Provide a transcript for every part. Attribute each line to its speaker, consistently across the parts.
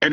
Speaker 1: En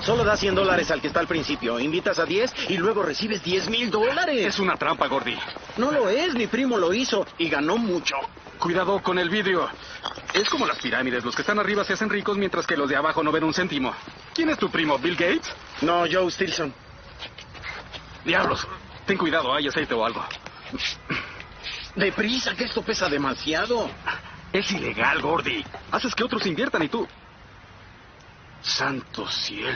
Speaker 2: Solo das 100 dólares al que está al principio, invitas a 10 y luego recibes 10 mil dólares.
Speaker 3: Es una trampa, Gordy.
Speaker 2: No lo es, mi primo lo hizo y ganó mucho.
Speaker 3: Cuidado con el vidrio. Es como las pirámides, los que están arriba se hacen ricos mientras que los de abajo no ven un céntimo. ¿Quién es tu primo, Bill Gates?
Speaker 2: No, Joe Stilson.
Speaker 3: Diablos, ten cuidado, hay aceite o algo.
Speaker 2: Deprisa, que esto pesa demasiado.
Speaker 3: Es ilegal, Gordy. Haces que otros inviertan y tú... Santo cielo.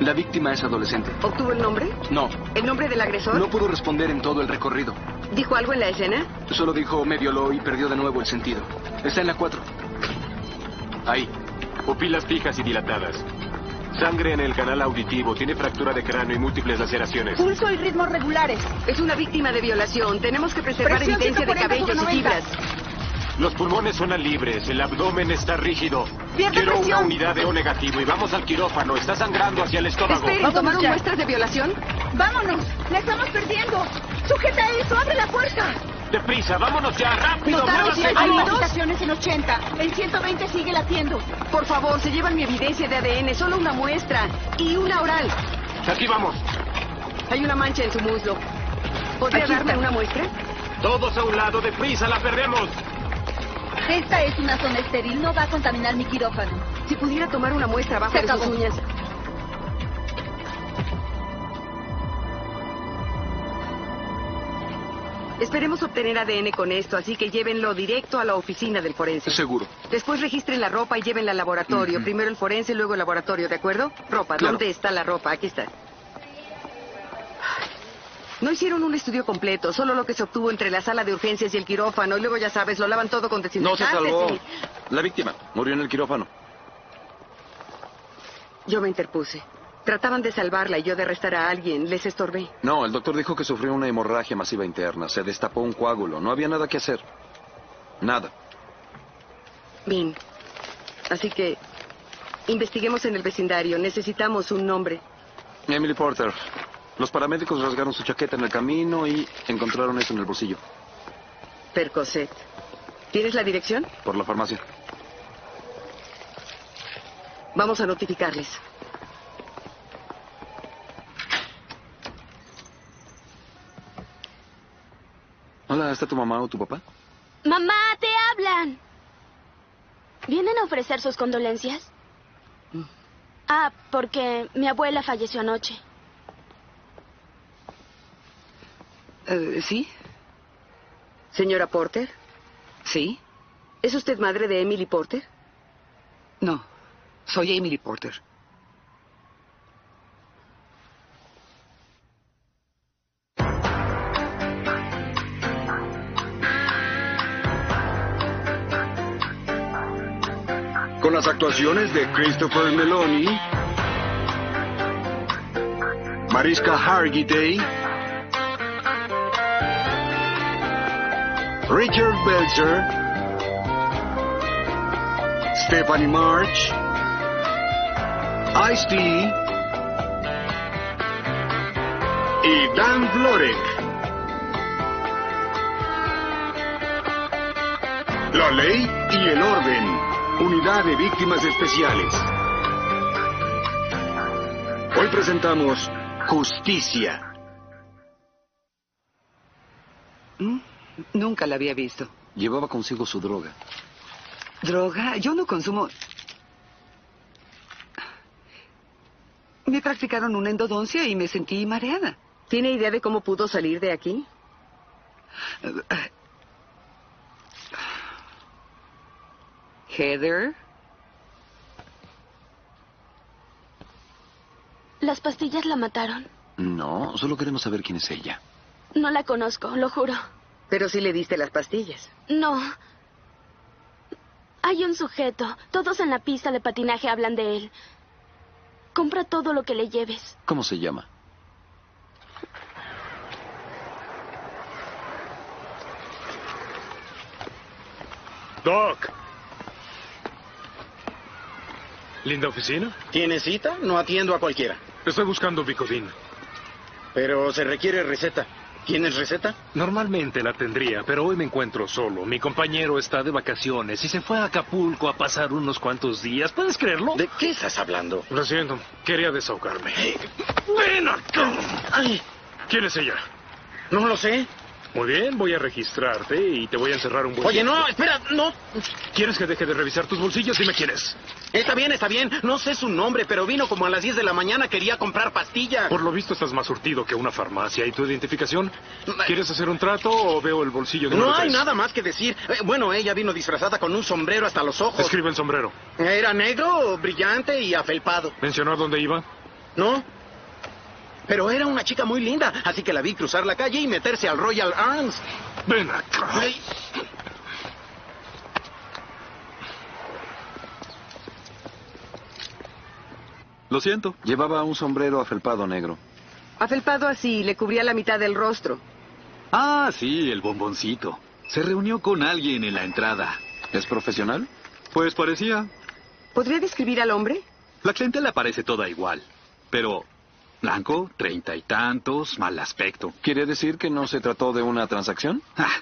Speaker 4: La víctima es adolescente.
Speaker 5: ¿Obtuvo el nombre?
Speaker 4: No,
Speaker 5: ¿El nombre del agresor?
Speaker 4: no pudo responder en todo el recorrido.
Speaker 5: ¿Dijo algo en la escena?
Speaker 4: Solo dijo medio lo y perdió de nuevo el sentido. Está en la 4.
Speaker 6: Ahí. Pupilas fijas y dilatadas. Sangre en el canal auditivo. Tiene fractura de cráneo y múltiples laceraciones.
Speaker 7: Pulso y ritmos regulares.
Speaker 5: Es una víctima de violación. Tenemos que preservar
Speaker 7: Presión
Speaker 5: evidencia de
Speaker 7: 140
Speaker 5: cabellos y
Speaker 7: sobre
Speaker 5: fibras.
Speaker 7: 90.
Speaker 6: Los pulmones suenan libres. El abdomen está rígido.
Speaker 7: Pierde
Speaker 6: Quiero una
Speaker 7: presión.
Speaker 6: unidad de O negativo y vamos al quirófano. Está sangrando hacia el estómago.
Speaker 5: Esperen,
Speaker 7: Vamos
Speaker 5: ¿tomaron
Speaker 7: ya.
Speaker 5: muestras de violación?
Speaker 7: ¡Vámonos! ¡La estamos perdiendo! ¡Sujeta eso! ¡Abre la puerta!
Speaker 6: ¡Deprisa! ¡Vámonos ya! ¡Rápido!
Speaker 5: Notaron
Speaker 6: ¡Muévase!
Speaker 5: si hay
Speaker 7: Hay
Speaker 5: heridos.
Speaker 7: palpitaciones en 80. En 120 sigue latiendo.
Speaker 5: Por favor, se llevan mi evidencia de ADN, solo una muestra y una oral.
Speaker 6: Aquí vamos.
Speaker 5: Hay una mancha en su muslo. ¿Podría
Speaker 7: Aquí
Speaker 5: darme
Speaker 7: está.
Speaker 5: una muestra?
Speaker 6: Todos a un lado. ¡Deprisa! ¡La perdemos!
Speaker 7: Esta es una zona estéril. No va a contaminar mi quirófano.
Speaker 5: Si pudiera tomar una muestra abajo
Speaker 7: Se
Speaker 5: de sus
Speaker 7: acabó.
Speaker 5: uñas. Esperemos obtener ADN con esto, así que llévenlo directo a la oficina del forense.
Speaker 4: Seguro.
Speaker 5: Después registren la ropa y llévenla al laboratorio. Primero el forense, luego el laboratorio, ¿de acuerdo? Ropa,
Speaker 4: Claro.
Speaker 5: ¿dónde está la ropa? Aquí está. No hicieron un estudio completo, solo lo que se obtuvo entre la sala de urgencias y el quirófano. Y luego, ya sabes, lo lavan todo con
Speaker 8: No se
Speaker 5: desinfectantes.
Speaker 8: salvó.
Speaker 5: y-
Speaker 8: La víctima murió en el quirófano.
Speaker 5: Yo me interpuse. Trataban de salvarla y yo de arrestar a alguien. Les estorbé.
Speaker 8: No, el doctor dijo que sufrió una hemorragia masiva interna. Se destapó un coágulo. No había nada que hacer. Nada.
Speaker 5: Bien. Así que investiguemos en el vecindario. Necesitamos un nombre.
Speaker 8: Emily Porter. Los paramédicos rasgaron su chaqueta en el camino y encontraron eso en el bolsillo,
Speaker 5: Percocet. ¿Tienes la dirección?
Speaker 8: por la farmacia.
Speaker 5: Vamos a notificarles.
Speaker 8: Hola, ¿está tu mamá o tu papá?
Speaker 9: Mamá, te hablan. ¿Vienen a ofrecer sus condolencias? Ah, porque mi abuela falleció anoche.
Speaker 5: Eh, ¿Sí? Señora Porter.
Speaker 10: ¿Sí?
Speaker 5: ¿Es usted madre de Emily Porter?
Speaker 10: No. Soy Emily Porter.
Speaker 1: Con las actuaciones de Christopher Meloni, Mariska Hargitay, Richard Belzer, Stephanie March, Ice-T y Dan Florek. La ley y el orden. Unidad de Víctimas Especiales. Hoy presentamos Justicia.
Speaker 10: Nunca la había visto.
Speaker 8: Llevaba consigo su droga.
Speaker 10: ¿Droga? Yo no consumo... Me practicaron una endodoncia y me sentí mareada.
Speaker 5: ¿Tiene idea de cómo pudo salir de aquí?
Speaker 10: Heather,
Speaker 9: Las pastillas la mataron.
Speaker 8: No, solo queremos saber quién es ella.
Speaker 9: No la conozco, lo juro.
Speaker 5: Pero sí le diste las pastillas.
Speaker 9: No. Hay un sujeto. Todos en la pista de patinaje hablan de él. Compra todo lo que le lleves.
Speaker 8: ¿Cómo se llama?
Speaker 11: Doc. ¿Linda oficina?
Speaker 12: ¿Tiene cita? No atiendo a cualquiera.
Speaker 11: Estoy buscando Vicodin.
Speaker 12: Pero se requiere receta. ¿Tienes receta?
Speaker 11: Normalmente la tendría, pero hoy me encuentro solo. Mi compañero está de vacaciones y se fue a Acapulco a pasar unos cuantos días. ¿Puedes creerlo?
Speaker 12: ¿De qué estás hablando?
Speaker 11: Lo siento, quería desahogarme. ¡Ven acá! Ay. ¿Quién es ella?
Speaker 12: No lo sé.
Speaker 11: Muy bien, voy a registrarte y te voy a encerrar un buen
Speaker 12: Oye, no, espera, no.
Speaker 11: ¿Quieres que deje de revisar tus bolsillos? Dime quién es.
Speaker 12: Está bien, está bien. No sé su nombre, pero vino como a las 10 de la mañana, quería comprar pastillas.
Speaker 11: Por lo visto estás más surtido que una farmacia. ¿Y tu identificación? ¿Quieres hacer un trato o veo el bolsillo de
Speaker 12: No hay nada más que decir. Eh, bueno, ella vino disfrazada con un sombrero hasta los ojos.
Speaker 11: Escribe el sombrero.
Speaker 12: Era negro, brillante y afelpado.
Speaker 11: ¿Mencionó dónde iba?
Speaker 12: No, pero era una chica muy linda, así que la vi cruzar la calle y meterse al Royal Arms.
Speaker 11: Ven acá. Ay.
Speaker 13: Lo siento.
Speaker 8: Llevaba un sombrero afelpado negro.
Speaker 5: Afelpado así, le cubría la mitad del rostro.
Speaker 13: Ah, sí, el bomboncito. Se reunió con alguien en la entrada.
Speaker 8: ¿Es profesional?
Speaker 13: Pues parecía.
Speaker 5: ¿Podría describir al hombre?
Speaker 13: La clientela parece toda igual, pero Blanco, treinta y tantos, mal aspecto.
Speaker 8: ¿Quiere decir que no se trató de una transacción?
Speaker 13: Ah,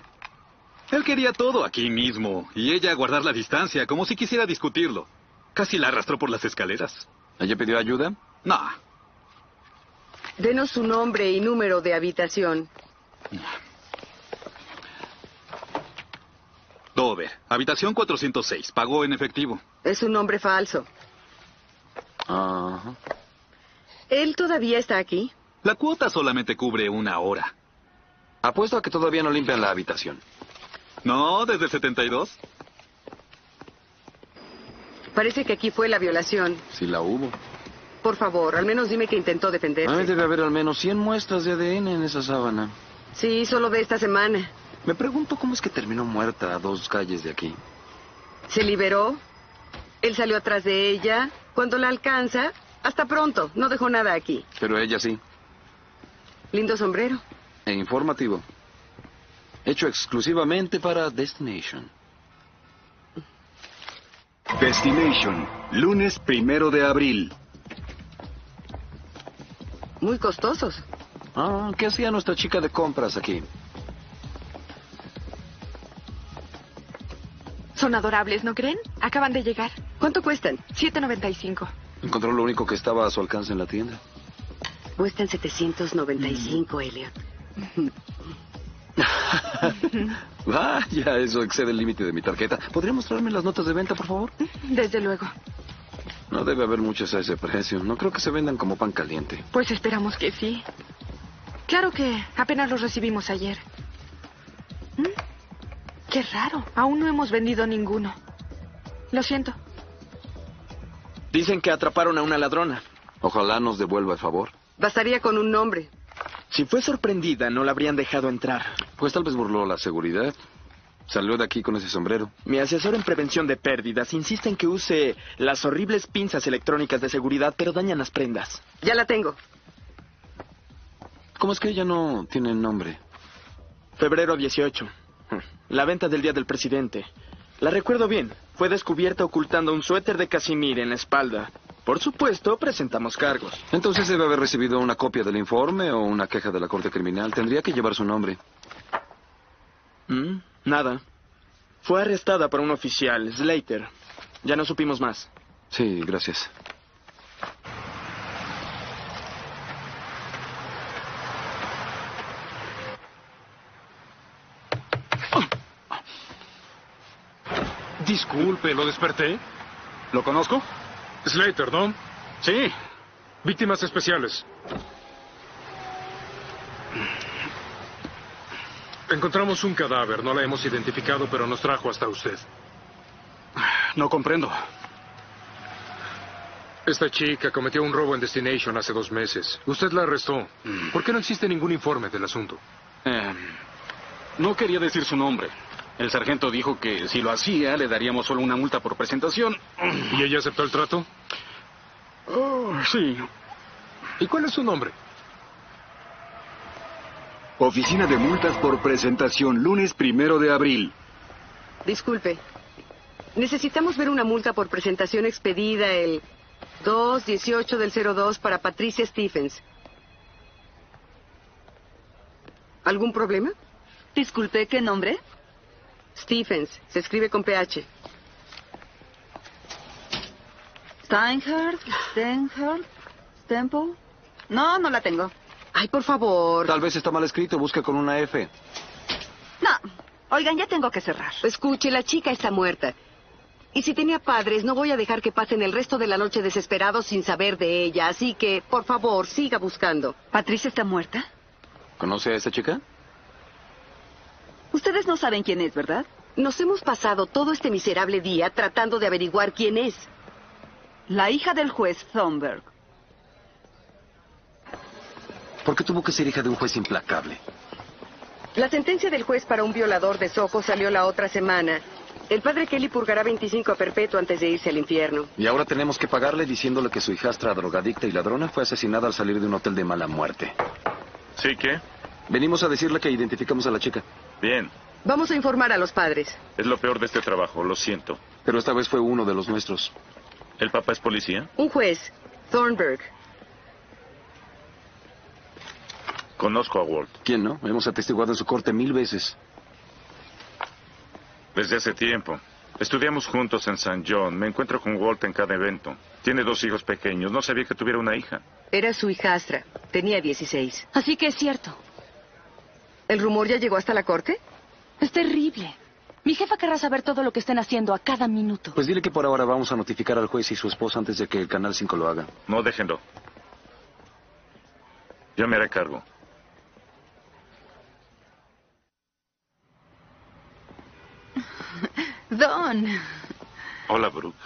Speaker 13: él quería todo aquí mismo y ella guardar la distancia, como si quisiera discutirlo. Casi la arrastró por las escaleras.
Speaker 8: ¿Ella pidió ayuda?
Speaker 13: No.
Speaker 5: Denos su nombre y número de habitación.
Speaker 13: Dover, habitación 406. Pagó en efectivo.
Speaker 5: Es un nombre falso.
Speaker 8: Ajá. Uh -huh.
Speaker 5: ¿Él todavía está aquí?
Speaker 13: La cuota solamente cubre una hora.
Speaker 8: Apuesto a que todavía no limpian la habitación.
Speaker 13: No, desde el 72.
Speaker 5: Parece que aquí fue la violación.
Speaker 8: Si la hubo.
Speaker 5: Por favor, al menos dime que intentó defenderse.
Speaker 8: Ay, Ah, debe haber al menos 100 muestras de ADN en esa sábana.
Speaker 5: Sí, solo de esta semana.
Speaker 8: Me pregunto cómo es que terminó muerta a dos calles de aquí.
Speaker 5: Se liberó. Él salió atrás de ella. Cuando la alcanza, hasta pronto. No dejó nada aquí.
Speaker 8: Pero ella sí.
Speaker 5: Lindo sombrero.
Speaker 8: E informativo. Hecho exclusivamente para Destination.
Speaker 1: Destination, lunes primero de abril.
Speaker 5: Muy costosos.
Speaker 8: Ah, ¿qué hacía nuestra chica de compras aquí?
Speaker 14: Son adorables, ¿no creen? Acaban de llegar.
Speaker 5: ¿Cuánto cuestan?
Speaker 14: 7.95.
Speaker 8: Encontró lo único que estaba a su alcance en la tienda.
Speaker 5: Cuestan 795, Elliot.
Speaker 8: Vaya, eso excede el límite de mi tarjeta. ¿Podría mostrarme las notas de venta, por favor?
Speaker 14: Desde luego.
Speaker 8: No debe haber muchas a ese precio. No creo que se vendan como pan caliente.
Speaker 14: Pues esperamos que sí. Claro que apenas los recibimos ayer. ¿Mm? Qué raro. Aún no hemos vendido ninguno. Lo siento.
Speaker 3: Dicen que atraparon a una ladrona.
Speaker 8: Ojalá nos devuelva el favor.
Speaker 5: Bastaría con un nombre.
Speaker 3: Si fue sorprendida, no la habrían dejado entrar.
Speaker 8: Pues tal vez burló la seguridad. Salió de aquí con ese sombrero.
Speaker 3: Mi asesor en prevención de pérdidas insiste en que use las horribles pinzas electrónicas de seguridad, pero dañan las prendas.
Speaker 5: Ya la tengo.
Speaker 8: ¿Cómo es que ella no tiene nombre? Hmm.
Speaker 3: Febrero 18. La venta del día del presidente. La recuerdo bien. Fue descubierta ocultando un suéter de casimir en la espalda. Por supuesto, presentamos cargos.
Speaker 8: Entonces debe haber recibido una copia del informe o una queja de la Corte Criminal. Tendría que llevar su nombre.
Speaker 3: ¿Mm? Nada. Fue arrestada por un oficial, Slater. Ya no supimos más.
Speaker 8: Sí, gracias.
Speaker 11: Disculpe, ¿lo desperté?
Speaker 13: ¿Lo conozco?
Speaker 11: Slater, ¿no?
Speaker 13: Sí.
Speaker 11: Víctimas especiales. Encontramos un cadáver, no la hemos identificado, pero nos trajo hasta usted.
Speaker 13: No comprendo.
Speaker 11: Esta chica cometió un robo en Destination hace dos meses. Usted la arrestó.
Speaker 13: Mm.
Speaker 11: ¿Por qué no existe ningún informe del asunto?
Speaker 13: Eh, no quería decir su nombre. El sargento dijo que si lo hacía le daríamos solo una multa por presentación.
Speaker 11: ¿Y ella aceptó el trato?
Speaker 13: Oh, sí.
Speaker 11: ¿Y cuál es su nombre?
Speaker 1: Oficina de Multas por Presentación, lunes primero de abril.
Speaker 5: Disculpe, Necesitamos ver una multa por presentación expedida el 218 del 02 para Patricia Stephens. ¿Algún problema?
Speaker 15: Disculpe, ¿qué nombre?
Speaker 5: Stephens. Se escribe con PH.
Speaker 15: Steinhardt, Steinhardt, Temple. No, no la tengo.
Speaker 5: Ay, por favor.
Speaker 8: Tal vez está mal escrito, busca con una F.
Speaker 15: No. Oigan, ya tengo que cerrar.
Speaker 5: Escuche, la chica está muerta. Y si tenía padres, no voy a dejar que pasen el resto de la noche desesperados sin saber de ella. Así que, por favor, siga buscando.
Speaker 15: ¿Patricia está muerta?
Speaker 8: ¿Conoce a esta chica?
Speaker 15: Ustedes no saben quién es, ¿verdad?
Speaker 5: Nos hemos pasado todo este miserable día tratando de averiguar quién es.
Speaker 15: La hija del juez Thornberg.
Speaker 8: ¿Por qué tuvo que ser hija de un juez implacable?
Speaker 5: La sentencia del juez para un violador de Soho salió la otra semana. El padre Kelly purgará 25 a perpetuo antes de irse al infierno.
Speaker 8: Y ahora tenemos que pagarle diciéndole que su hijastra drogadicta y ladrona fue asesinada al salir de un hotel de mala muerte.
Speaker 16: ¿Sí qué?
Speaker 8: Venimos a decirle que identificamos a la chica.
Speaker 16: Bien.
Speaker 5: Vamos a informar a los padres.
Speaker 16: Es lo peor de este trabajo, lo siento.
Speaker 8: Pero esta vez fue uno de los nuestros.
Speaker 16: ¿El papá es policía?
Speaker 5: Un juez, Thornburg.
Speaker 16: Conozco a Walt.
Speaker 8: ¿Quién no? Hemos atestiguado en su corte mil veces.
Speaker 16: Desde hace tiempo. Estudiamos juntos en San John. Me encuentro con Walt en cada evento. Tiene dos hijos pequeños. No sabía que tuviera una hija.
Speaker 5: Era su hijastra. Tenía 16.
Speaker 15: Así que es cierto.
Speaker 5: ¿El rumor ya llegó hasta la corte?
Speaker 15: Es terrible. Mi jefa querrá saber todo lo que estén haciendo a cada minuto.
Speaker 8: Pues dile que por ahora vamos a notificar al juez y su esposa antes de que el Canal 5 lo haga.
Speaker 16: No, déjenlo. Yo me haré cargo.
Speaker 15: Don.
Speaker 16: Hola, Brooke.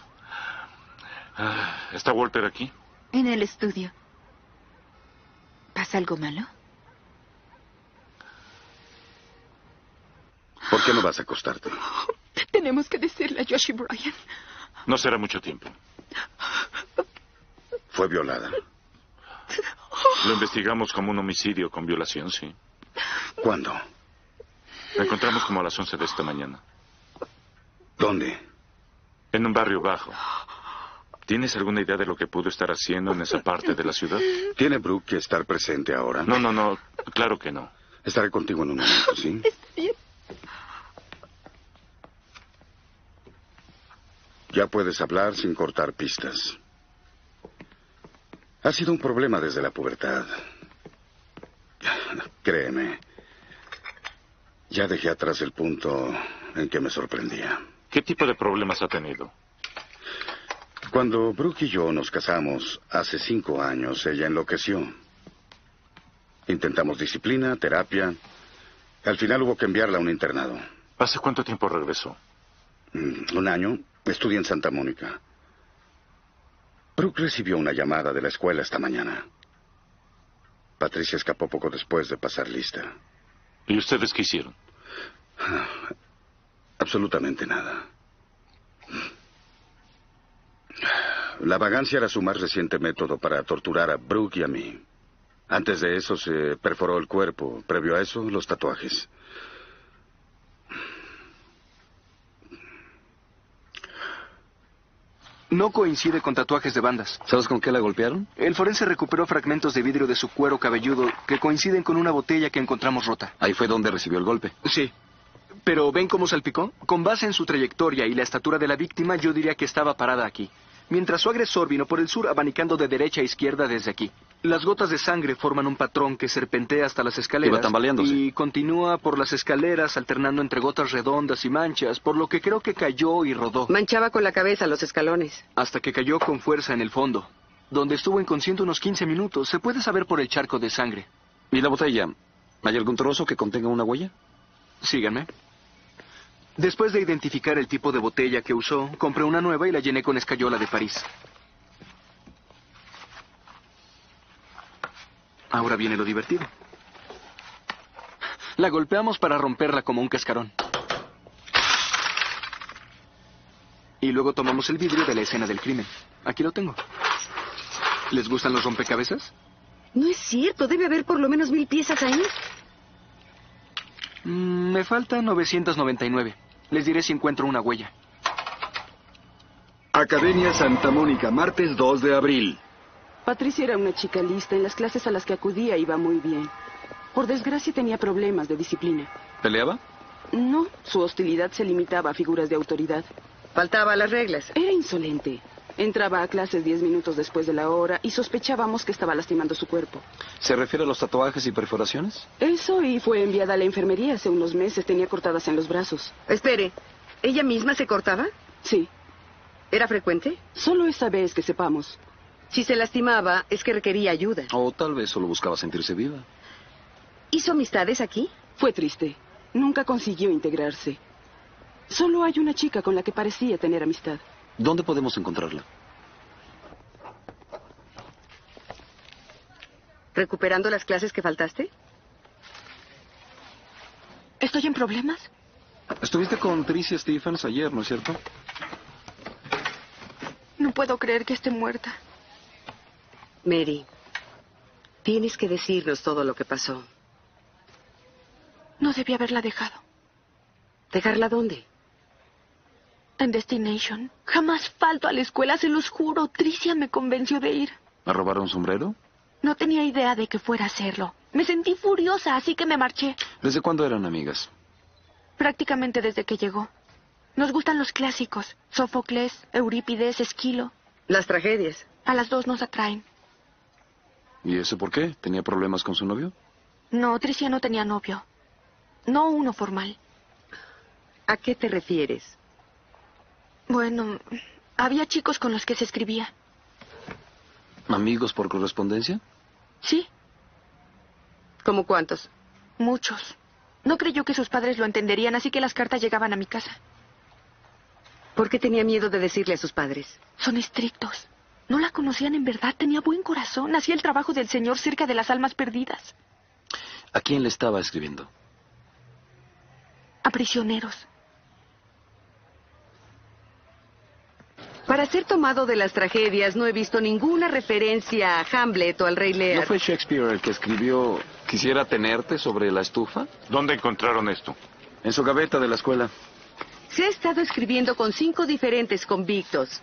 Speaker 16: Ah, ¿Está Walter aquí?
Speaker 15: En el estudio. ¿Pasa algo malo?
Speaker 8: ¿Por qué no vas a acostarte?
Speaker 15: Tenemos que decirle a Josh y Brian.
Speaker 16: No será mucho tiempo.
Speaker 8: Fue violada.
Speaker 16: Lo investigamos como un homicidio con violación, sí.
Speaker 8: ¿Cuándo?
Speaker 16: La encontramos como a las 11 de esta mañana.
Speaker 8: ¿Dónde?
Speaker 16: En un barrio bajo. ¿Tienes alguna idea de lo que pudo estar haciendo en esa parte de la ciudad?
Speaker 8: ¿Tiene Brooke que estar presente ahora?
Speaker 16: No, no, no. Claro que no.
Speaker 8: Estaré contigo en un momento, pues ¿sí?
Speaker 15: Está bien.
Speaker 8: Ya puedes hablar sin cortar pistas. Ha sido un problema desde la pubertad. Créeme. Ya dejé atrás el punto en que me sorprendía.
Speaker 16: ¿Qué tipo de problemas ha tenido?
Speaker 8: Cuando Brooke y yo nos casamos hace cinco años, ella enloqueció. Intentamos disciplina, terapia. Al final hubo que enviarla a un internado. Mm,
Speaker 16: ¿Hace cuánto tiempo regresó?
Speaker 8: Un año. Estudia en Santa Mónica. Brooke recibió una llamada de la escuela esta mañana. Patricia escapó poco después de pasar lista.
Speaker 16: ¿Y ustedes qué hicieron?
Speaker 8: Absolutamente nada. La vagancia era su más reciente método para torturar a Brooke y a mí. Antes de eso se perforó el cuerpo, previo a eso los tatuajes.
Speaker 4: No coincide con tatuajes de bandas.
Speaker 8: ¿Sabes con qué la golpearon?
Speaker 4: El forense recuperó fragmentos de vidrio de su cuero cabelludo que coinciden con una botella que encontramos rota.
Speaker 8: Ahí fue donde recibió el golpe.
Speaker 4: Sí. Pero ¿ven cómo salpicó? Con base en su trayectoria y la estatura de la víctima, yo diría que estaba parada aquí. Mientras su agresor vino por el sur abanicando de derecha a izquierda desde aquí. Las gotas de sangre forman un patrón que serpentea hasta las escaleras.
Speaker 8: Iba tambaleándose.
Speaker 4: Y continúa por las escaleras alternando entre gotas redondas y manchas, por lo que creo que cayó y rodó.
Speaker 5: Manchaba con la cabeza los escalones.
Speaker 4: Hasta que cayó con fuerza en el fondo, donde estuvo inconsciente unos 15 minutos. Se puede saber por el charco de sangre.
Speaker 8: ¿Y la botella? ¿Hay algún trozo que contenga una huella?
Speaker 4: Síganme. Después de identificar el tipo de botella que usó, compré una nueva y la llené con escayola de París. Ahora viene lo divertido. La golpeamos para romperla como un cascarón. Y luego tomamos el vidrio de la escena del crimen. Aquí lo tengo. ¿Les gustan los rompecabezas?
Speaker 5: No es cierto, debe haber por lo menos mil piezas ahí.
Speaker 4: Mm, me faltan 999. Les diré si encuentro una huella.
Speaker 1: Academia Santa Mónica, martes 2 de abril.
Speaker 14: Patricia era una chica lista. En las clases a las que acudía iba muy bien. Por desgracia tenía problemas de disciplina.
Speaker 8: ¿Peleaba?
Speaker 14: No, su hostilidad se limitaba a figuras de autoridad.
Speaker 5: Faltaba a las reglas.
Speaker 14: Era insolente. Entraba a clases diez minutos después de la hora y sospechábamos que estaba lastimando su cuerpo.
Speaker 8: ¿Se refiere a los tatuajes y perforaciones?
Speaker 14: Eso y fue enviada a la enfermería hace unos meses. Tenía cortadas en los brazos.
Speaker 5: Espere, ¿ella misma se cortaba?
Speaker 14: Sí.
Speaker 5: ¿Era frecuente?
Speaker 14: Solo esa vez que sepamos.
Speaker 5: Si se lastimaba, es que requería ayuda.
Speaker 8: O tal vez solo buscaba sentirse viva.
Speaker 5: ¿Hizo amistades aquí?
Speaker 14: Fue triste. Nunca consiguió integrarse. Solo hay una chica con la que parecía tener amistad.
Speaker 8: ¿Dónde podemos encontrarla?
Speaker 5: ¿Recuperando las clases que faltaste?
Speaker 17: ¿Estoy en problemas?
Speaker 8: Estuviste con Tricia Stephens ayer, ¿no es cierto?
Speaker 17: No puedo creer que esté muerta.
Speaker 5: Mary, tienes que decirnos todo lo que pasó.
Speaker 17: No debí haberla dejado.
Speaker 5: ¿Dejarla dónde?
Speaker 17: En Destination. Jamás falto a la escuela, se los juro. Tricia me convenció de ir.
Speaker 8: ¿A robar un sombrero?
Speaker 17: No tenía idea de que fuera a hacerlo. Me sentí furiosa, así que me marché.
Speaker 8: ¿Desde cuándo eran amigas?
Speaker 17: Prácticamente desde que llegó. Nos gustan los clásicos. Sófocles, Eurípides, Esquilo.
Speaker 5: Las tragedias.
Speaker 17: A las dos nos atraen.
Speaker 8: ¿Y eso por qué? ¿Tenía problemas con su novio?
Speaker 17: No, Tricia no tenía novio. No uno formal.
Speaker 5: ¿A qué te refieres?
Speaker 17: Bueno, había chicos con los que se escribía.
Speaker 8: ¿Amigos por correspondencia?
Speaker 17: Sí.
Speaker 5: ¿Cómo cuántos?
Speaker 17: Muchos. No creyó que sus padres lo entenderían, así que las cartas llegaban a mi casa.
Speaker 5: ¿Por qué tenía miedo de decirle a sus padres?
Speaker 17: Son estrictos. No la conocían en verdad, tenía buen corazón, hacía el trabajo del Señor cerca de las almas perdidas.
Speaker 8: ¿A quién le estaba escribiendo?
Speaker 17: A prisioneros.
Speaker 5: Para ser tomado de las tragedias no he visto ninguna referencia a Hamlet o al Rey Lear.
Speaker 8: ¿No fue Shakespeare el que escribió Quisiera tenerte sobre la estufa?
Speaker 16: ¿Dónde encontraron esto?
Speaker 8: En su gaveta de la escuela.
Speaker 5: Se ha estado escribiendo con cinco diferentes convictos.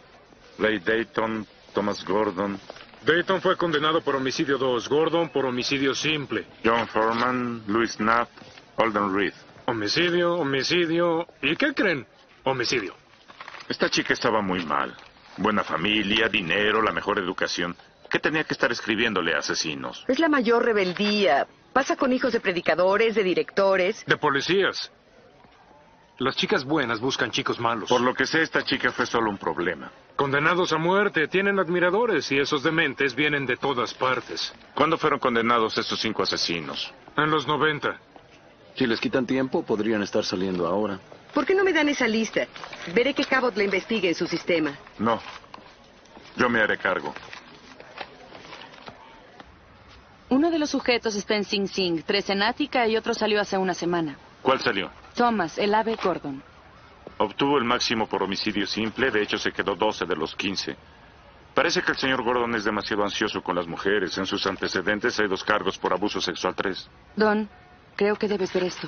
Speaker 16: Lay Dayton, Thomas Gordon,
Speaker 11: Dayton fue condenado por homicidio 2, Gordon por homicidio simple.
Speaker 16: John Foreman, Louis Knapp, Alden Reed.
Speaker 11: Homicidio, homicidio. ¿Y qué creen? Homicidio.
Speaker 16: Esta chica estaba muy mal. Buena familia, dinero, la mejor educación. ¿Qué tenía que estar escribiéndole a asesinos?
Speaker 5: Es la mayor rebeldía. Pasa con hijos de predicadores, de directores.
Speaker 11: De policías. Las chicas buenas buscan chicos malos.
Speaker 16: Por lo que sé, esta chica fue solo un problema.
Speaker 11: Condenados a muerte, tienen admiradores y esos dementes vienen de todas partes.
Speaker 16: ¿Cuándo fueron condenados estos cinco asesinos?
Speaker 11: En los 90.
Speaker 8: Si les quitan tiempo, podrían estar saliendo ahora.
Speaker 5: ¿Por qué no me dan esa lista? Veré que Cabot la investigue en su sistema.
Speaker 16: No. Yo me haré cargo.
Speaker 18: Uno de los sujetos está en Sing Sing, tres en Ática y otro salió hace una semana.
Speaker 16: ¿Cuál salió?
Speaker 18: Thomas, el ave Gordon.
Speaker 16: Obtuvo el máximo por homicidio simple, de hecho se quedó 12 de los 15. Parece que el señor Gordon es demasiado ansioso con las mujeres. En sus antecedentes hay dos cargos por abuso sexual 3.
Speaker 18: Don, creo que debes ver esto.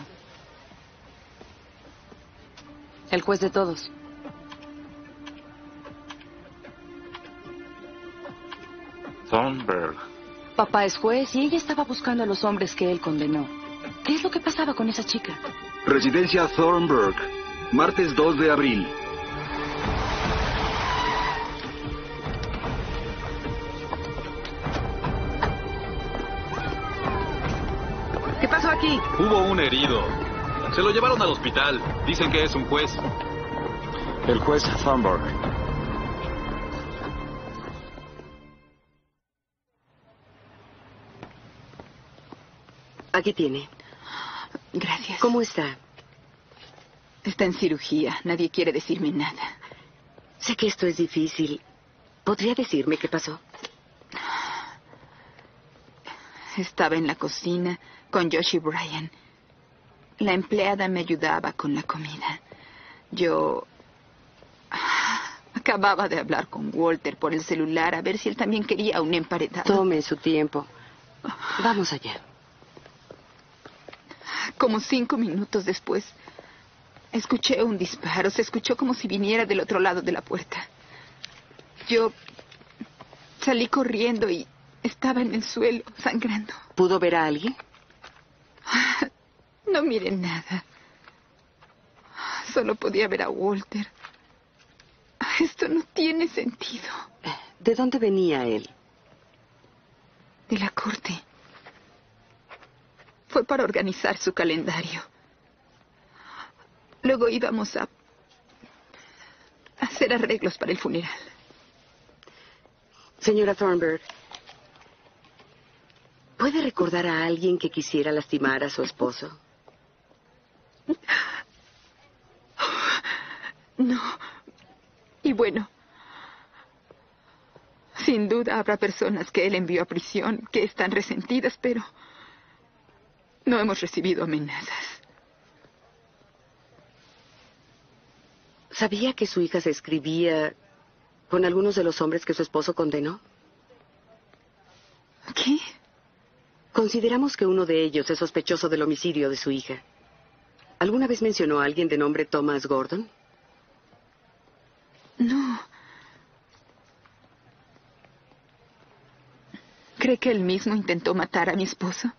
Speaker 18: El juez de todos.
Speaker 16: Thornberg.
Speaker 18: Papá es juez y ella estaba buscando a los hombres que él condenó. ¿Qué es lo que pasaba con esa chica?
Speaker 1: Residencia Thornburg, martes 2 de abril.
Speaker 5: ¿Qué pasó aquí?
Speaker 19: Hubo un herido. Se lo llevaron al hospital. Dicen que es un juez.
Speaker 8: El juez Thornburg.
Speaker 5: Aquí tiene.
Speaker 17: Gracias.
Speaker 5: ¿Cómo está?
Speaker 17: Está en cirugía. Nadie quiere decirme nada.
Speaker 5: Sé que esto es difícil. ¿Podría decirme qué pasó?
Speaker 17: Estaba en la cocina con Josh y Brian. La empleada me ayudaba con la comida. Yo acababa de hablar con Walter por el celular a ver si él también quería un emparedado.
Speaker 5: Tome su tiempo. Vamos allá.
Speaker 17: Como cinco minutos después, escuché un disparo. Se escuchó como si viniera del otro lado de la puerta. Yo salí corriendo y estaba en el suelo, sangrando.
Speaker 5: ¿Pudo ver a alguien?
Speaker 17: No miré nada. Solo podía ver a Walter. Esto no tiene sentido.
Speaker 5: ¿De dónde venía él?
Speaker 17: De la corte. Fue para organizar su calendario. Luego íbamos a hacer arreglos para el funeral.
Speaker 5: Señora Thornburg, ¿puede recordar a alguien que quisiera lastimar a su esposo?
Speaker 17: No. Y bueno, sin duda habrá personas que él envió a prisión que están resentidas, pero no hemos recibido amenazas.
Speaker 5: ¿Sabía que su hija se escribía con algunos de los hombres que su esposo condenó?
Speaker 17: ¿Qué?
Speaker 5: Consideramos que uno de ellos es sospechoso del homicidio de su hija. ¿Alguna vez mencionó a alguien de nombre Thomas Gordon?
Speaker 17: No. ¿Cree que él mismo intentó matar a mi esposo?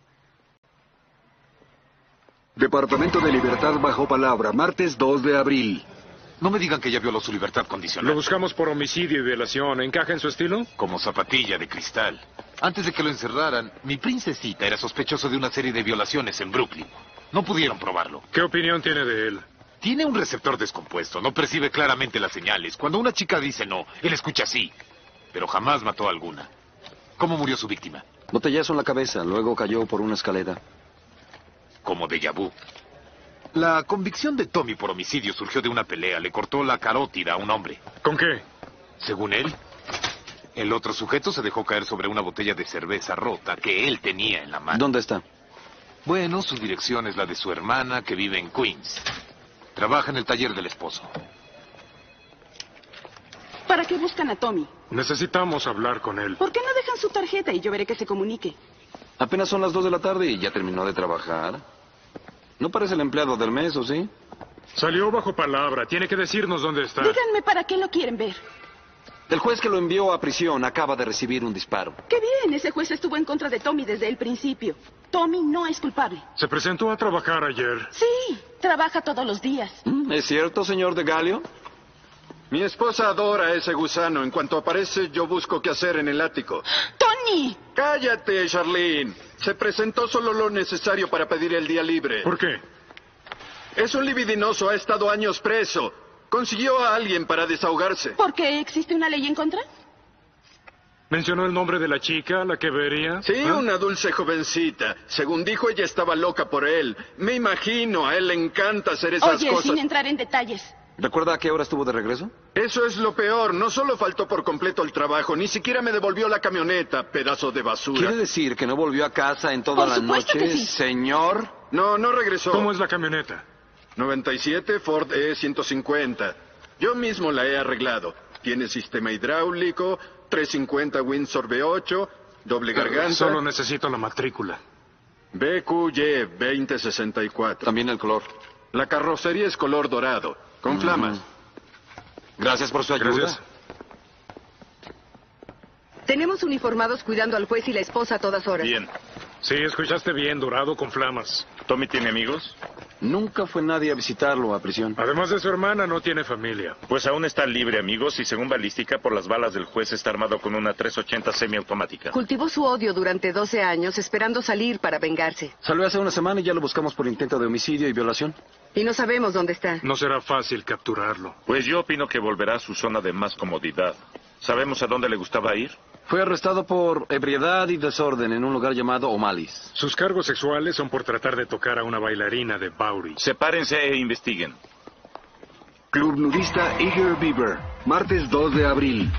Speaker 1: Departamento de Libertad bajo palabra, martes 2 de abril.
Speaker 20: No me digan que ya violó su libertad condicional.
Speaker 11: Lo buscamos por homicidio y violación. ¿Encaja en su estilo?
Speaker 20: Como zapatilla de cristal. Antes de que lo encerraran, mi princesita era sospechoso de una serie de violaciones en Brooklyn. No pudieron probarlo.
Speaker 11: ¿Qué opinión tiene de él?
Speaker 20: Tiene un receptor descompuesto, no percibe claramente las señales. Cuando una chica dice no, él escucha sí, pero jamás mató a alguna. ¿Cómo murió su víctima?
Speaker 8: Botellazo en la cabeza, luego cayó por una escalera.
Speaker 20: Como de vu. La convicción de Tommy por homicidio surgió de una pelea. Le cortó la carótida a un hombre.
Speaker 11: ¿Con qué?
Speaker 20: Según él, el otro sujeto se dejó caer sobre una botella de cerveza rota que él tenía en la mano.
Speaker 8: ¿Dónde está?
Speaker 20: Bueno, su dirección es la de su hermana que vive en Queens. Trabaja en el taller del esposo.
Speaker 14: ¿Para qué buscan a Tommy?
Speaker 11: Necesitamos hablar con él.
Speaker 14: ¿Por qué no dejan su tarjeta y yo veré que se comunique?
Speaker 8: Apenas son las dos de la tarde y ya terminó de trabajar. ¿No parece el empleado del mes, o sí?
Speaker 11: Salió bajo palabra. Tiene que decirnos dónde está.
Speaker 14: Díganme para qué lo quieren ver.
Speaker 8: El juez que lo envió a prisión acaba de recibir un disparo.
Speaker 14: ¡Qué bien! Ese juez estuvo en contra de Tommy desde el principio. Tommy no es culpable.
Speaker 11: ¿Se presentó a trabajar ayer?
Speaker 14: Sí, trabaja todos los días.
Speaker 8: Mm, ¿Es cierto, señor de Galio?
Speaker 21: Mi esposa adora a ese gusano. En cuanto aparece, yo busco qué hacer en el ático.
Speaker 14: ¡Tony!
Speaker 21: ¡Cállate, Charlene! Se presentó solo lo necesario para pedir el día libre.
Speaker 11: ¿Por qué?
Speaker 21: Es un libidinoso, ha estado años preso. Consiguió a alguien para desahogarse.
Speaker 14: ¿Por qué existe una ley en contra?
Speaker 11: ¿Mencionó el nombre de la chica, la que vería?
Speaker 21: Sí, ¿Ah? una dulce jovencita. Según dijo, ella estaba loca por él. Me imagino, a él le encanta hacer esas
Speaker 14: Oye,
Speaker 21: cosas.
Speaker 14: sin entrar en detalles.
Speaker 8: ¿Recuerda a qué hora estuvo de regreso?
Speaker 21: Eso es lo peor. No solo faltó por completo el trabajo, ni siquiera me devolvió la camioneta, pedazo de basura.
Speaker 8: ¿Quiere decir que no volvió a casa en toda
Speaker 14: por
Speaker 8: la
Speaker 14: supuesto
Speaker 8: noche,
Speaker 14: que sí.
Speaker 8: señor?
Speaker 21: No, no regresó.
Speaker 11: ¿Cómo es la camioneta?
Speaker 21: 97 Ford E150. Yo mismo la he arreglado. Tiene sistema hidráulico, 350 Windsor B8, doble garganta. E
Speaker 11: Solo necesito la matrícula.
Speaker 21: BQY 2064.
Speaker 8: También el color. Mm.
Speaker 21: La carrocería es color dorado, con flamas.
Speaker 8: Gracias por su ayuda.
Speaker 11: Gracias.
Speaker 22: Tenemos uniformados cuidando al juez y la esposa a todas horas.
Speaker 16: Bien.
Speaker 11: Sí, escuchaste bien, dorado con flamas.
Speaker 16: ¿Tommy tiene amigos?
Speaker 8: Nunca fue nadie a visitarlo a prisión.
Speaker 11: Además de su hermana, no tiene familia.
Speaker 16: Pues aún está libre, amigos, y según balística, por las balas del juez está armado con una 380 semiautomática.
Speaker 22: Cultivó su odio durante 12 años esperando salir para vengarse.
Speaker 8: Salió hace una semana y ya lo buscamos por intento de homicidio y violación.
Speaker 22: Y no sabemos dónde está.
Speaker 11: No será fácil capturarlo.
Speaker 16: Pues yo opino que volverá a su zona de más comodidad. ¿Sabemos a dónde le gustaba ir?
Speaker 8: Fue arrestado por ebriedad y desorden en un lugar llamado O'Malley's.
Speaker 11: Sus cargos sexuales son por tratar de tocar a una bailarina de Bowery.
Speaker 16: Sepárense e investiguen.
Speaker 1: Club nudista Eager Beaver, martes 2 de abril.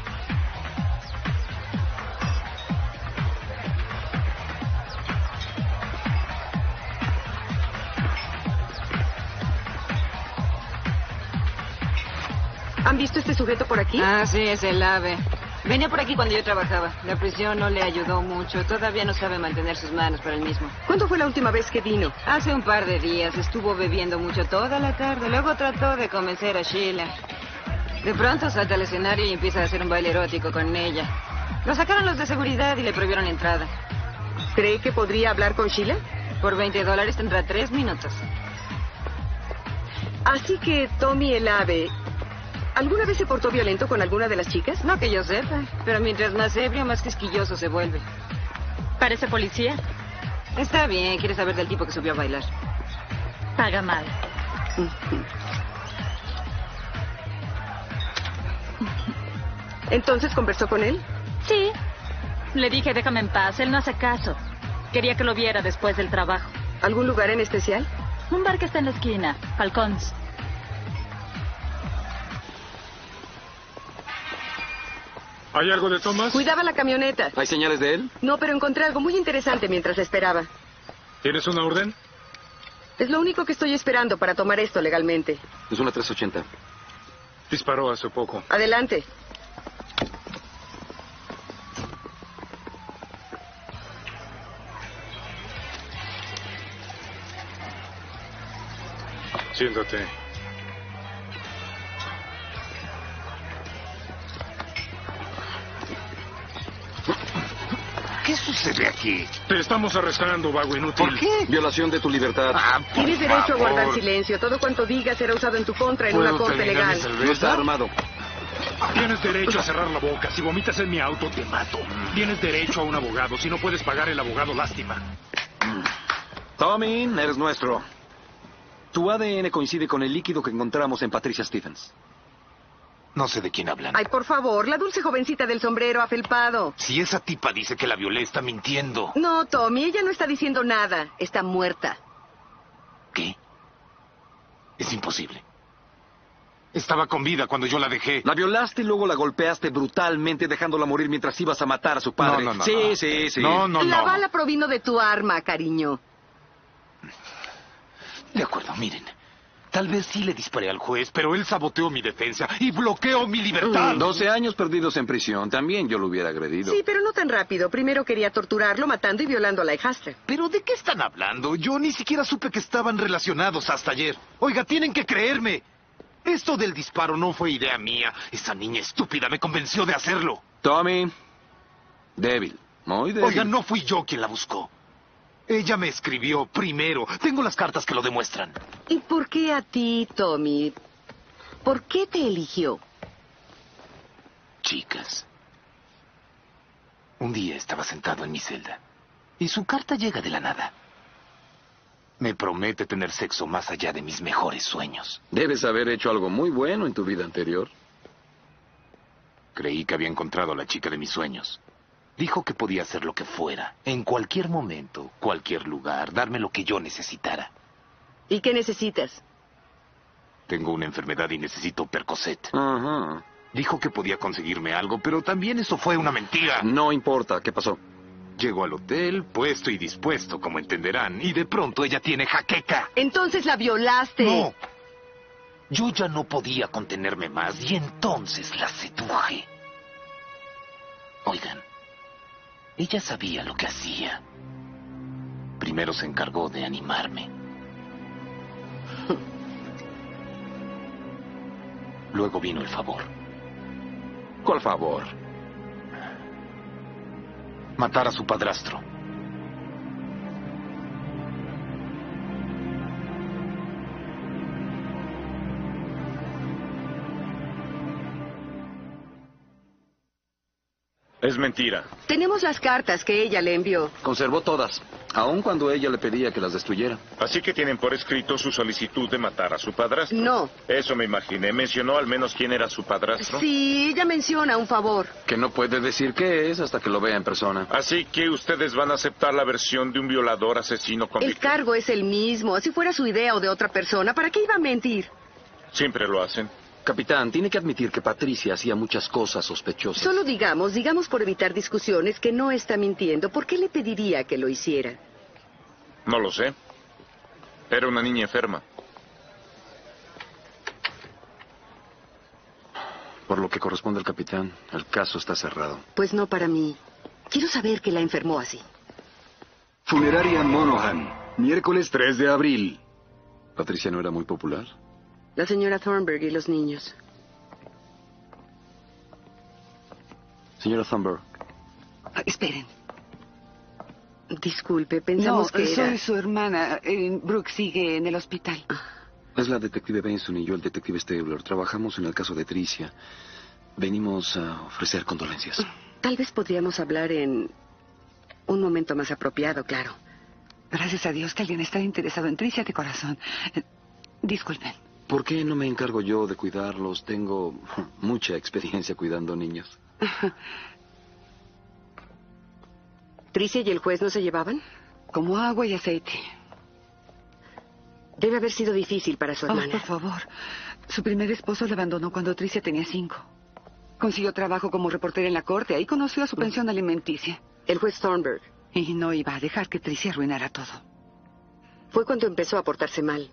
Speaker 22: ¿Han visto este sujeto por aquí?
Speaker 23: Ah, sí, es el ave. Venía por aquí cuando yo trabajaba. La prisión no le ayudó mucho. Todavía no sabe mantener sus manos para el mismo.
Speaker 22: ¿Cuándo fue la última vez que vino?
Speaker 23: Hace un par de días estuvo bebiendo mucho toda la tarde. Luego trató de convencer a Sheila. De pronto salta al escenario y empieza a hacer un baile erótico con ella. Lo sacaron los de seguridad y le prohibieron la entrada.
Speaker 5: ¿Cree que podría hablar con Sheila?
Speaker 23: Por 20 dólares tendrá tres minutos.
Speaker 5: Así que Tommy el ave, ¿alguna vez se portó violento con alguna de las chicas?
Speaker 23: No que yo sepa, pero mientras más ebrio, más quisquilloso se vuelve.
Speaker 6: ¿Parece policía?
Speaker 23: Está bien, quiere saber del tipo que subió a bailar.
Speaker 6: Paga mal.
Speaker 5: ¿Entonces conversó con él?
Speaker 6: Sí. Le dije, déjame en paz. Él no hace caso. Quería que lo viera después del trabajo.
Speaker 5: ¿Algún lugar en especial?
Speaker 6: Un bar que está en la esquina, Falcons.
Speaker 24: ¿Hay algo de Thomas?
Speaker 5: Cuidaba la camioneta.
Speaker 25: ¿Hay señales de él?
Speaker 5: No, pero encontré algo muy interesante mientras la esperaba.
Speaker 24: ¿Tienes una orden?
Speaker 5: Es lo único que estoy esperando para tomar esto legalmente.
Speaker 25: Es una 380.
Speaker 24: Disparó hace poco.
Speaker 5: Adelante.
Speaker 24: Siéntate.
Speaker 20: ¿Qué sucede aquí?
Speaker 24: Te estamos arrestando, vago inútil.
Speaker 20: ¿Por qué?
Speaker 25: Violación de tu libertad.
Speaker 20: Ah, por
Speaker 5: Tienes derecho
Speaker 20: favor.
Speaker 5: a guardar silencio. Todo cuanto digas será usado en tu contra en
Speaker 20: ¿Puedo
Speaker 5: una corte
Speaker 20: terminar
Speaker 5: legal.
Speaker 20: mi cerveza?
Speaker 25: No está armado.
Speaker 24: Tienes derecho a cerrar la boca. Si vomitas en mi auto, te mato. Tienes derecho a un abogado. Si no puedes pagar el abogado, lástima.
Speaker 25: Tommy, eres nuestro. Tu ADN coincide con el líquido que encontramos en Patricia Stevens.
Speaker 20: No sé de quién hablan.
Speaker 5: Ay, por favor, la dulce jovencita del sombrero afelpado.
Speaker 20: Si esa tipa dice que la violé, está mintiendo.
Speaker 5: No, Tommy, ella no está diciendo nada. Está muerta.
Speaker 20: ¿Qué? Es imposible. Estaba con vida cuando yo la dejé.
Speaker 25: La violaste y luego la golpeaste brutalmente dejándola morir mientras ibas a matar a su padre.
Speaker 20: No, no, no,
Speaker 25: sí,
Speaker 20: no.
Speaker 25: sí, sí.
Speaker 20: No, no,
Speaker 5: la
Speaker 20: no.
Speaker 5: bala provino de tu arma, cariño.
Speaker 20: De acuerdo, miren. Tal vez sí le disparé al juez, pero él saboteó mi defensa y bloqueó mi libertad.
Speaker 26: 12 Mm. años perdidos en prisión. También yo lo hubiera agredido.
Speaker 5: Sí, pero no tan rápido. Primero quería torturarlo matando y violando a la hijastra.
Speaker 20: ¿Pero de qué están hablando? Yo ni siquiera supe que estaban relacionados hasta ayer. Oiga, tienen que creerme. Esto del disparo no fue idea mía. Esa niña estúpida me convenció de hacerlo.
Speaker 26: Tommy. Débil. Muy débil.
Speaker 20: Oiga, no fui yo quien la buscó. Ella me escribió primero. Tengo las cartas que lo demuestran.
Speaker 5: ¿Y por qué a ti, Tommy? ¿Por qué te eligió?
Speaker 20: Chicas. Un día estaba sentado en mi celda y su carta llega de la nada. Me promete tener sexo más allá de mis mejores sueños.
Speaker 26: Debes haber hecho algo muy bueno en tu vida anterior.
Speaker 20: Creí que había encontrado a la chica de mis sueños. Dijo que podía hacer lo que fuera, en cualquier momento, cualquier lugar, darme lo que yo necesitara.
Speaker 5: ¿Y qué necesitas?
Speaker 20: Tengo una enfermedad y necesito Percocet.
Speaker 26: Ajá.
Speaker 20: Dijo que podía conseguirme algo, pero también eso fue una mentira.
Speaker 26: No importa. ¿Qué pasó?
Speaker 20: Llego al hotel, puesto y dispuesto, como entenderán, y de pronto ella tiene jaqueca.
Speaker 5: Entonces la violaste.
Speaker 20: No. Yo ya no podía contenerme más y entonces la seduje. Oigan, ella sabía lo que hacía. Primero se encargó de animarme. Luego vino el favor.
Speaker 26: ¿Cuál favor?
Speaker 20: Matar a su padrastro.
Speaker 16: Es mentira.
Speaker 5: Tenemos las cartas que ella le envió.
Speaker 26: Conservó todas. Aun cuando ella le pedía que las destruyera.
Speaker 16: Así que tienen por escrito su solicitud de matar a su padrastro.
Speaker 5: No.
Speaker 16: Eso me imaginé. ¿Mencionó al menos quién era su padrastro?
Speaker 5: Sí, ella menciona un favor.
Speaker 26: Que no puede decir qué es hasta que lo vea en persona.
Speaker 16: Así que ustedes van a aceptar la versión de un violador asesino
Speaker 5: El
Speaker 16: convicto.
Speaker 5: cargo es el mismo. Si fuera su idea o de otra persona, ¿para qué iba a mentir?
Speaker 16: Siempre lo hacen.
Speaker 25: Capitán, tiene que admitir que Patricia hacía muchas cosas sospechosas.
Speaker 5: Solo digamos, digamos por evitar discusiones, que no está mintiendo. ¿Por qué le pediría que lo hiciera?
Speaker 16: No lo sé. Era una niña enferma.
Speaker 26: Por lo que corresponde al capitán, el caso está cerrado.
Speaker 5: Pues no para mí. Quiero saber que la enfermó así.
Speaker 1: Funeraria Monohan, miércoles 3 de abril.
Speaker 26: Patricia no era muy popular.
Speaker 5: La señora Thornberg y los niños.
Speaker 8: Señora Thunberg.
Speaker 27: Ah, Esperen. Disculpe, pensamos
Speaker 8: No,
Speaker 27: que era...
Speaker 8: soy
Speaker 27: su hermana.
Speaker 28: Eh,
Speaker 27: Brooke sigue en el hospital.
Speaker 5: Ah,
Speaker 8: Es la detective Benson y yo el detective Stabler. Trabajamos en el caso de Tricia. Venimos a ofrecer condolencias.
Speaker 5: Tal vez podríamos hablar en un momento más apropiado, claro.
Speaker 28: Gracias a Dios que alguien está interesado en Tricia de corazón. Eh, Disculpen.
Speaker 8: ¿Por qué no me encargo yo de cuidarlos? Tengo mucha experiencia cuidando niños.
Speaker 5: ¿Tricia y el juez no se llevaban?
Speaker 28: Como agua y aceite.
Speaker 5: Debe haber sido difícil para su
Speaker 28: Oh,
Speaker 5: hermana.
Speaker 28: por favor. Su primer esposo la abandonó cuando Tricia tenía cinco. Consiguió trabajo como reportera en la corte. Ahí conoció a su pensión alimenticia.
Speaker 5: El juez Thornburg.
Speaker 28: Y no iba a dejar que Tricia arruinara todo.
Speaker 5: Fue cuando empezó a portarse mal.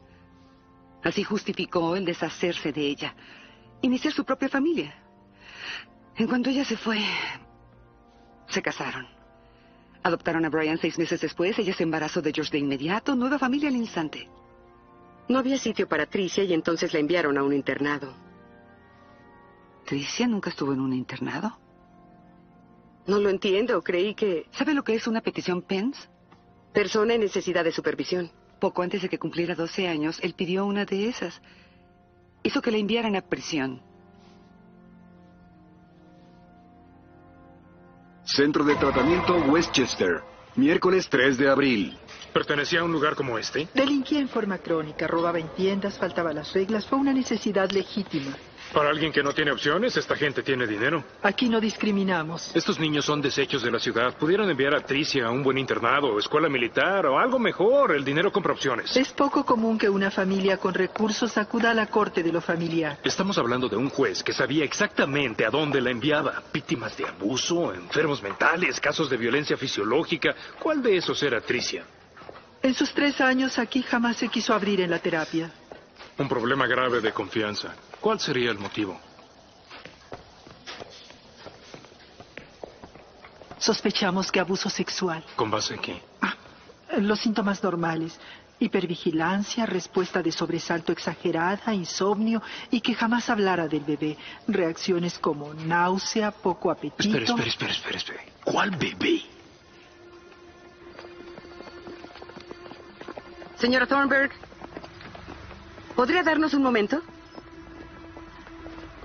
Speaker 28: Así justificó el deshacerse de ella. Iniciar su propia familia. En cuanto ella se fue, se casaron. Adoptaron a Brian seis meses después. Ella se embarazó de George de inmediato. Nueva familia al instante.
Speaker 5: No había sitio para Tricia y entonces la enviaron a un internado.
Speaker 28: ¿Tricia nunca estuvo en un internado?
Speaker 5: No lo entiendo, creí que...
Speaker 28: ¿Sabe lo que es una petición PENS?
Speaker 5: Persona en necesidad de supervisión.
Speaker 28: Poco antes de que cumpliera 12 años, él pidió una de esas. Hizo que la enviaran a prisión.
Speaker 1: Centro de Tratamiento Westchester, miércoles 3 de abril.
Speaker 11: ¿Pertenecía a un lugar como este?
Speaker 29: Delinquía en forma crónica, robaba en tiendas, faltaba a las reglas, fue una necesidad legítima.
Speaker 11: Para alguien que no tiene opciones, esta gente tiene dinero.
Speaker 29: Aquí no discriminamos.
Speaker 11: Estos niños son desechos de la ciudad. Pudieron enviar a Tricia a un buen internado, escuela militar o algo mejor. El dinero compra opciones.
Speaker 29: Es poco común que una familia con recursos acuda a la corte de lo familiar.
Speaker 20: Estamos hablando de un juez que sabía exactamente a dónde la enviaba. Víctimas de abuso, enfermos mentales, casos de violencia fisiológica. ¿Cuál de esos era Tricia?
Speaker 29: En sus tres años aquí jamás se quiso abrir en la terapia.
Speaker 11: Un problema grave de confianza. ¿Cuál sería el motivo?
Speaker 29: Sospechamos que abuso sexual.
Speaker 11: ¿Con base en qué?
Speaker 29: Los síntomas normales. Hipervigilancia, respuesta de sobresalto exagerada, insomnio y que jamás hablara del bebé. Reacciones como náusea, poco apetito.
Speaker 20: Espera, espera, espera, espera, espera. ¿Cuál bebé?
Speaker 5: Señora Thornburg, ¿podría darnos un momento?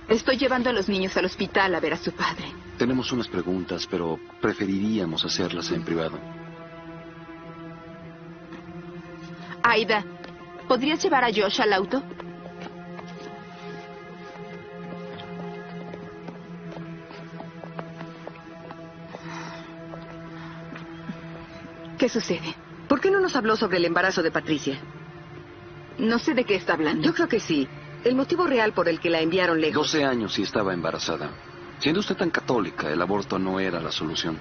Speaker 17: Estoy llevando a los niños al hospital a ver a su padre.
Speaker 8: Tenemos unas preguntas, pero preferiríamos hacerlas en privado.
Speaker 17: Aida, ¿podrías llevar a Josh al auto? ¿Qué sucede?
Speaker 5: ¿Por qué no nos habló sobre el embarazo de Patricia?
Speaker 17: No sé de qué está hablando.
Speaker 5: Yo creo que sí. El motivo real por el que la enviaron lejos.
Speaker 8: 12 años y estaba embarazada. Siendo usted tan católica, el aborto no era la solución.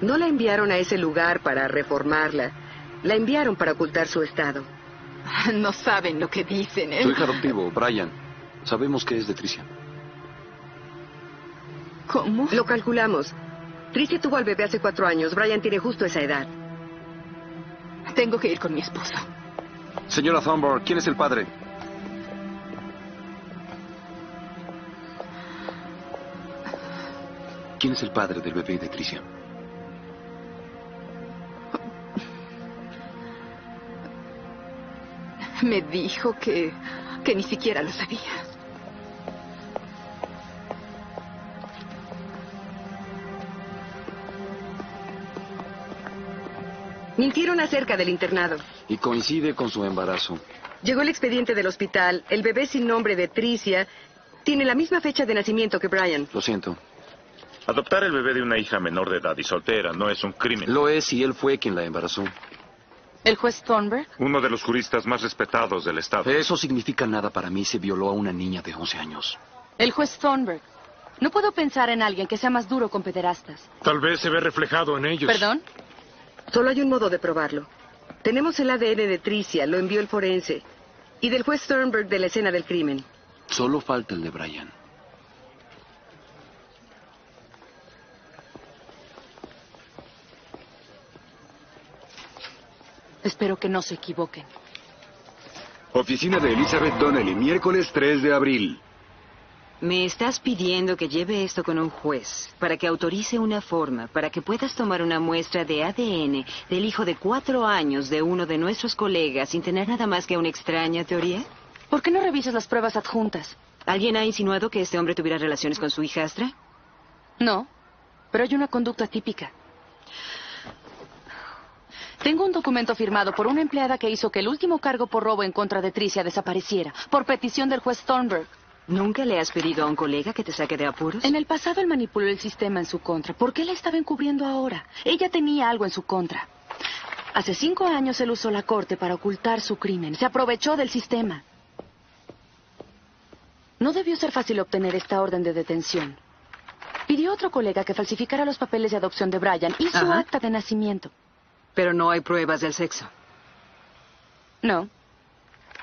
Speaker 5: No la enviaron a ese lugar para reformarla. La enviaron para ocultar su estado.
Speaker 17: No saben lo que dicen, ¿eh?
Speaker 8: Su hija adoptivo, Brian, sabemos que es de Tricia.
Speaker 17: ¿Cómo?
Speaker 5: Lo calculamos. Tricia tuvo al bebé hace cuatro años. Brian tiene justo esa edad.
Speaker 17: Tengo que ir con mi esposo.
Speaker 8: Señora Thunberg, ¿quién es el padre? ¿Quién es el padre del bebé de Tricia?
Speaker 17: Me dijo que, que ni siquiera lo sabía.
Speaker 5: Mintieron acerca del internado.
Speaker 8: Y coincide con su embarazo.
Speaker 5: Llegó el expediente del hospital. El bebé sin nombre de Tricia tiene la misma fecha de nacimiento que Brian.
Speaker 8: Lo siento.
Speaker 16: Adoptar el bebé de una hija menor de edad y soltera no es un crimen.
Speaker 8: Lo es y él fue quien la embarazó.
Speaker 18: ¿El juez Thornberg?
Speaker 16: Uno de los juristas más respetados del Estado.
Speaker 8: Eso significa nada para mí. Se violó a una niña de 11 años.
Speaker 18: El juez Thornberg. No puedo pensar en alguien que sea más duro con pederastas.
Speaker 11: Tal vez se ve reflejado en ellos.
Speaker 18: ¿Perdón?
Speaker 5: Solo hay un modo de probarlo. Tenemos el ADN de Tricia, lo envió el forense. Y del juez Sternberg de la escena del crimen.
Speaker 8: Solo falta el de Brian.
Speaker 18: Espero que no se equivoquen.
Speaker 1: Oficina de Elizabeth Donnelly, miércoles 3 de abril.
Speaker 23: Me estás pidiendo que lleve esto con un juez para que autorice una forma para que puedas tomar una muestra de ADN del hijo de cuatro años de uno de nuestros colegas sin tener nada más que una extraña teoría.
Speaker 18: ¿Por qué no revisas las pruebas adjuntas?
Speaker 23: ¿Alguien ha insinuado que este hombre tuviera relaciones con su hijastra?
Speaker 18: No, pero hay una conducta típica. Tengo un documento firmado por una empleada que hizo que el último cargo por robo en contra de Tricia desapareciera, por petición del juez Thornburg.
Speaker 23: ¿Nunca le has pedido a un colega que te saque de apuros?
Speaker 18: En el pasado él manipuló el sistema en su contra. ¿Por qué la estaba encubriendo ahora? Ella tenía algo en su contra. Hace cinco años él usó la corte para ocultar su crimen. Se aprovechó del sistema. No debió ser fácil obtener esta orden de detención. Pidió a otro colega que falsificara los papeles de adopción de Brian y su
Speaker 23: Ajá.
Speaker 18: acta de nacimiento.
Speaker 23: Pero no hay pruebas del sexo.
Speaker 18: No.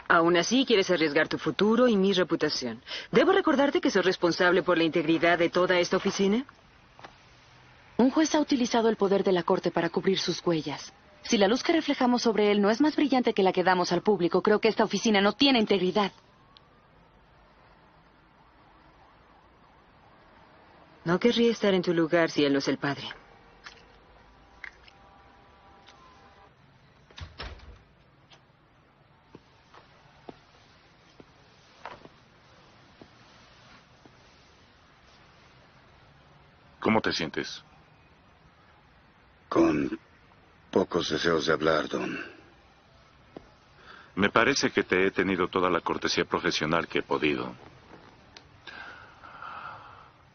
Speaker 23: Aún así, quieres arriesgar tu futuro y mi reputación. ¿Debo recordarte que soy responsable por la integridad de toda esta oficina?
Speaker 18: Un juez ha utilizado el poder de la corte para cubrir sus huellas. Si la luz que reflejamos sobre él no es más brillante que la que damos al público, creo que esta oficina no tiene integridad.
Speaker 23: No querría estar en tu lugar si él no es el padre.
Speaker 16: ¿Cómo te sientes?
Speaker 2: Con pocos deseos de hablar, Don.
Speaker 16: Me parece que te he tenido toda la cortesía profesional que he podido.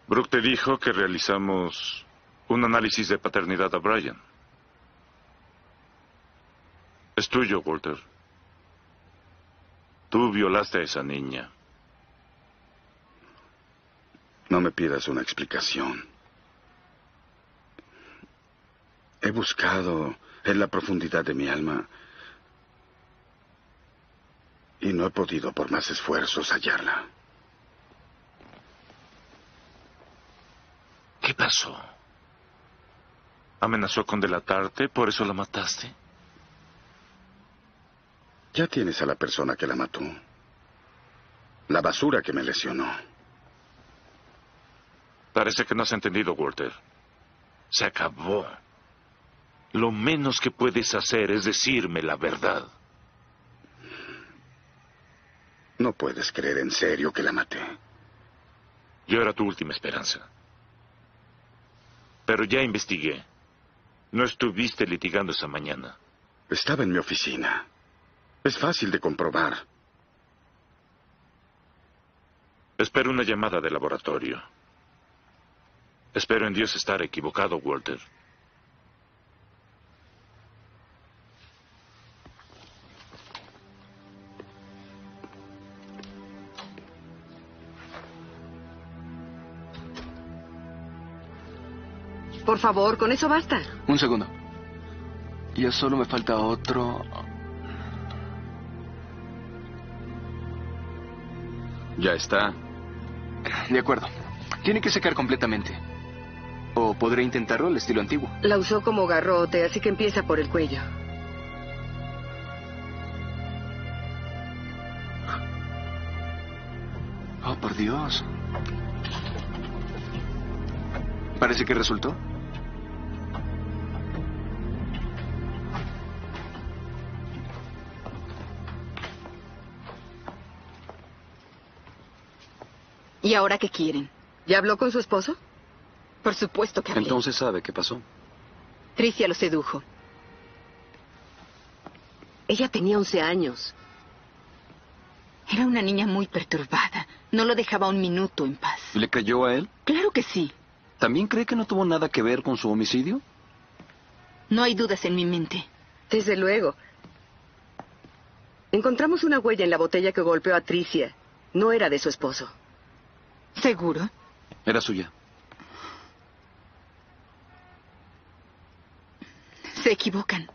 Speaker 16: Brooke te dijo que realizamos un análisis de paternidad a Brian. Es tuyo, Walter. Tú violaste a esa niña.
Speaker 2: No me pidas una explicación. He buscado en la profundidad de mi alma y no he podido por más esfuerzos hallarla.
Speaker 16: ¿Qué pasó? ¿Amenazó con delatarte? ¿Por eso la mataste?
Speaker 2: Ya tienes a la persona que la mató. La basura que me lesionó.
Speaker 16: Parece que no has entendido, Walter. Se acabó. Lo menos que puedes hacer es decirme la verdad.
Speaker 2: No puedes creer en serio que la maté.
Speaker 16: Yo era tu última esperanza. Pero ya investigué. No estuviste litigando esa mañana.
Speaker 2: Estaba en mi oficina. Es fácil de comprobar.
Speaker 16: Espero una llamada de laboratorio. Espero en Dios estar equivocado, Walter.
Speaker 5: Por favor, con eso basta.
Speaker 7: Un segundo. Ya solo me falta otro.
Speaker 26: Ya está.
Speaker 4: De acuerdo. Tiene que secar completamente. O podré intentarlo al estilo antiguo.
Speaker 5: La usó como garrote, así que empieza por el cuello.
Speaker 4: Oh, por Dios. Parece que resultó.
Speaker 17: ¿Y ahora qué quieren?
Speaker 5: ¿Ya habló con su esposo?
Speaker 17: Por supuesto que hablé.
Speaker 7: Entonces sabe qué pasó.
Speaker 17: Tricia lo sedujo.
Speaker 5: Ella tenía 11 años.
Speaker 17: Era una niña muy perturbada. No lo dejaba un minuto en paz.
Speaker 7: ¿Le creyó a él?
Speaker 17: Claro que sí.
Speaker 7: ¿También cree que no tuvo nada que ver con su homicidio?
Speaker 17: No hay dudas en mi mente.
Speaker 5: Desde luego. Encontramos una huella en la botella que golpeó a Tricia. No era de su esposo.
Speaker 17: ¿Seguro?
Speaker 7: Era suya.
Speaker 17: Se equivocan.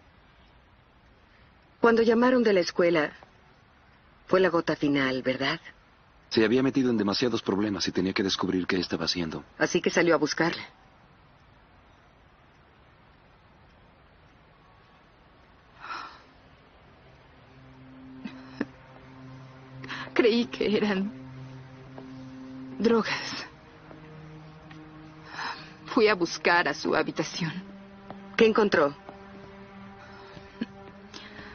Speaker 5: Cuando llamaron de la escuela, fue la gota final, ¿verdad?
Speaker 7: Se había metido en demasiados problemas y tenía que descubrir qué estaba haciendo.
Speaker 5: Así que salió a buscarla.
Speaker 17: Creí que eran Drogas. Fui a buscar a su habitación.
Speaker 5: ¿Qué encontró?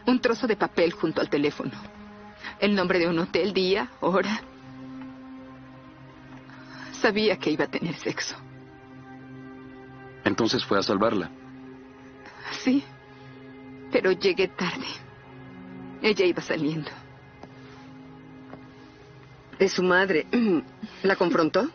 Speaker 17: Un trozo de papel junto al teléfono. El nombre de un hotel, día, hora. Sabía que iba a tener sexo.
Speaker 7: Entonces fue a salvarla.
Speaker 17: Sí, pero llegué tarde. Ella iba saliendo.
Speaker 5: De su madre. ¿La confrontó?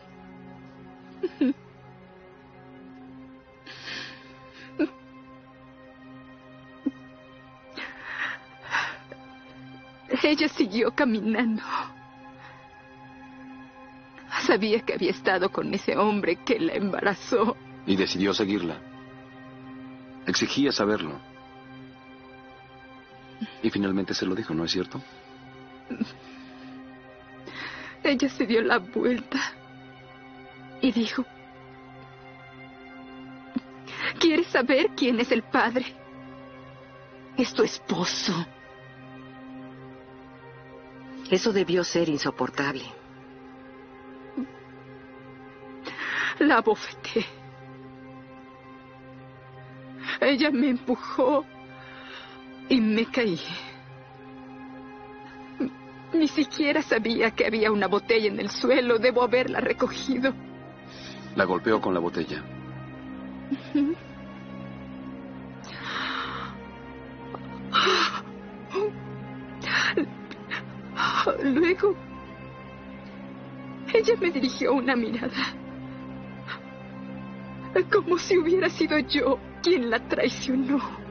Speaker 17: Ella siguió caminando. Sabía que había estado con ese hombre que la embarazó.
Speaker 7: Y decidió seguirla. Exigía saberlo. Y finalmente se lo dijo, ¿no es cierto?
Speaker 17: Ella se dio la vuelta y dijo, ¿quieres saber quién es el padre? Es tu esposo.
Speaker 5: Eso debió ser insoportable.
Speaker 17: La bofeté. Ella me empujó y me caí. Ni siquiera sabía que había una botella en el suelo. Debo haberla recogido.
Speaker 7: La golpeó con la botella.
Speaker 17: Luego, ella me dirigió una mirada. Como si hubiera sido yo quien la traicionó.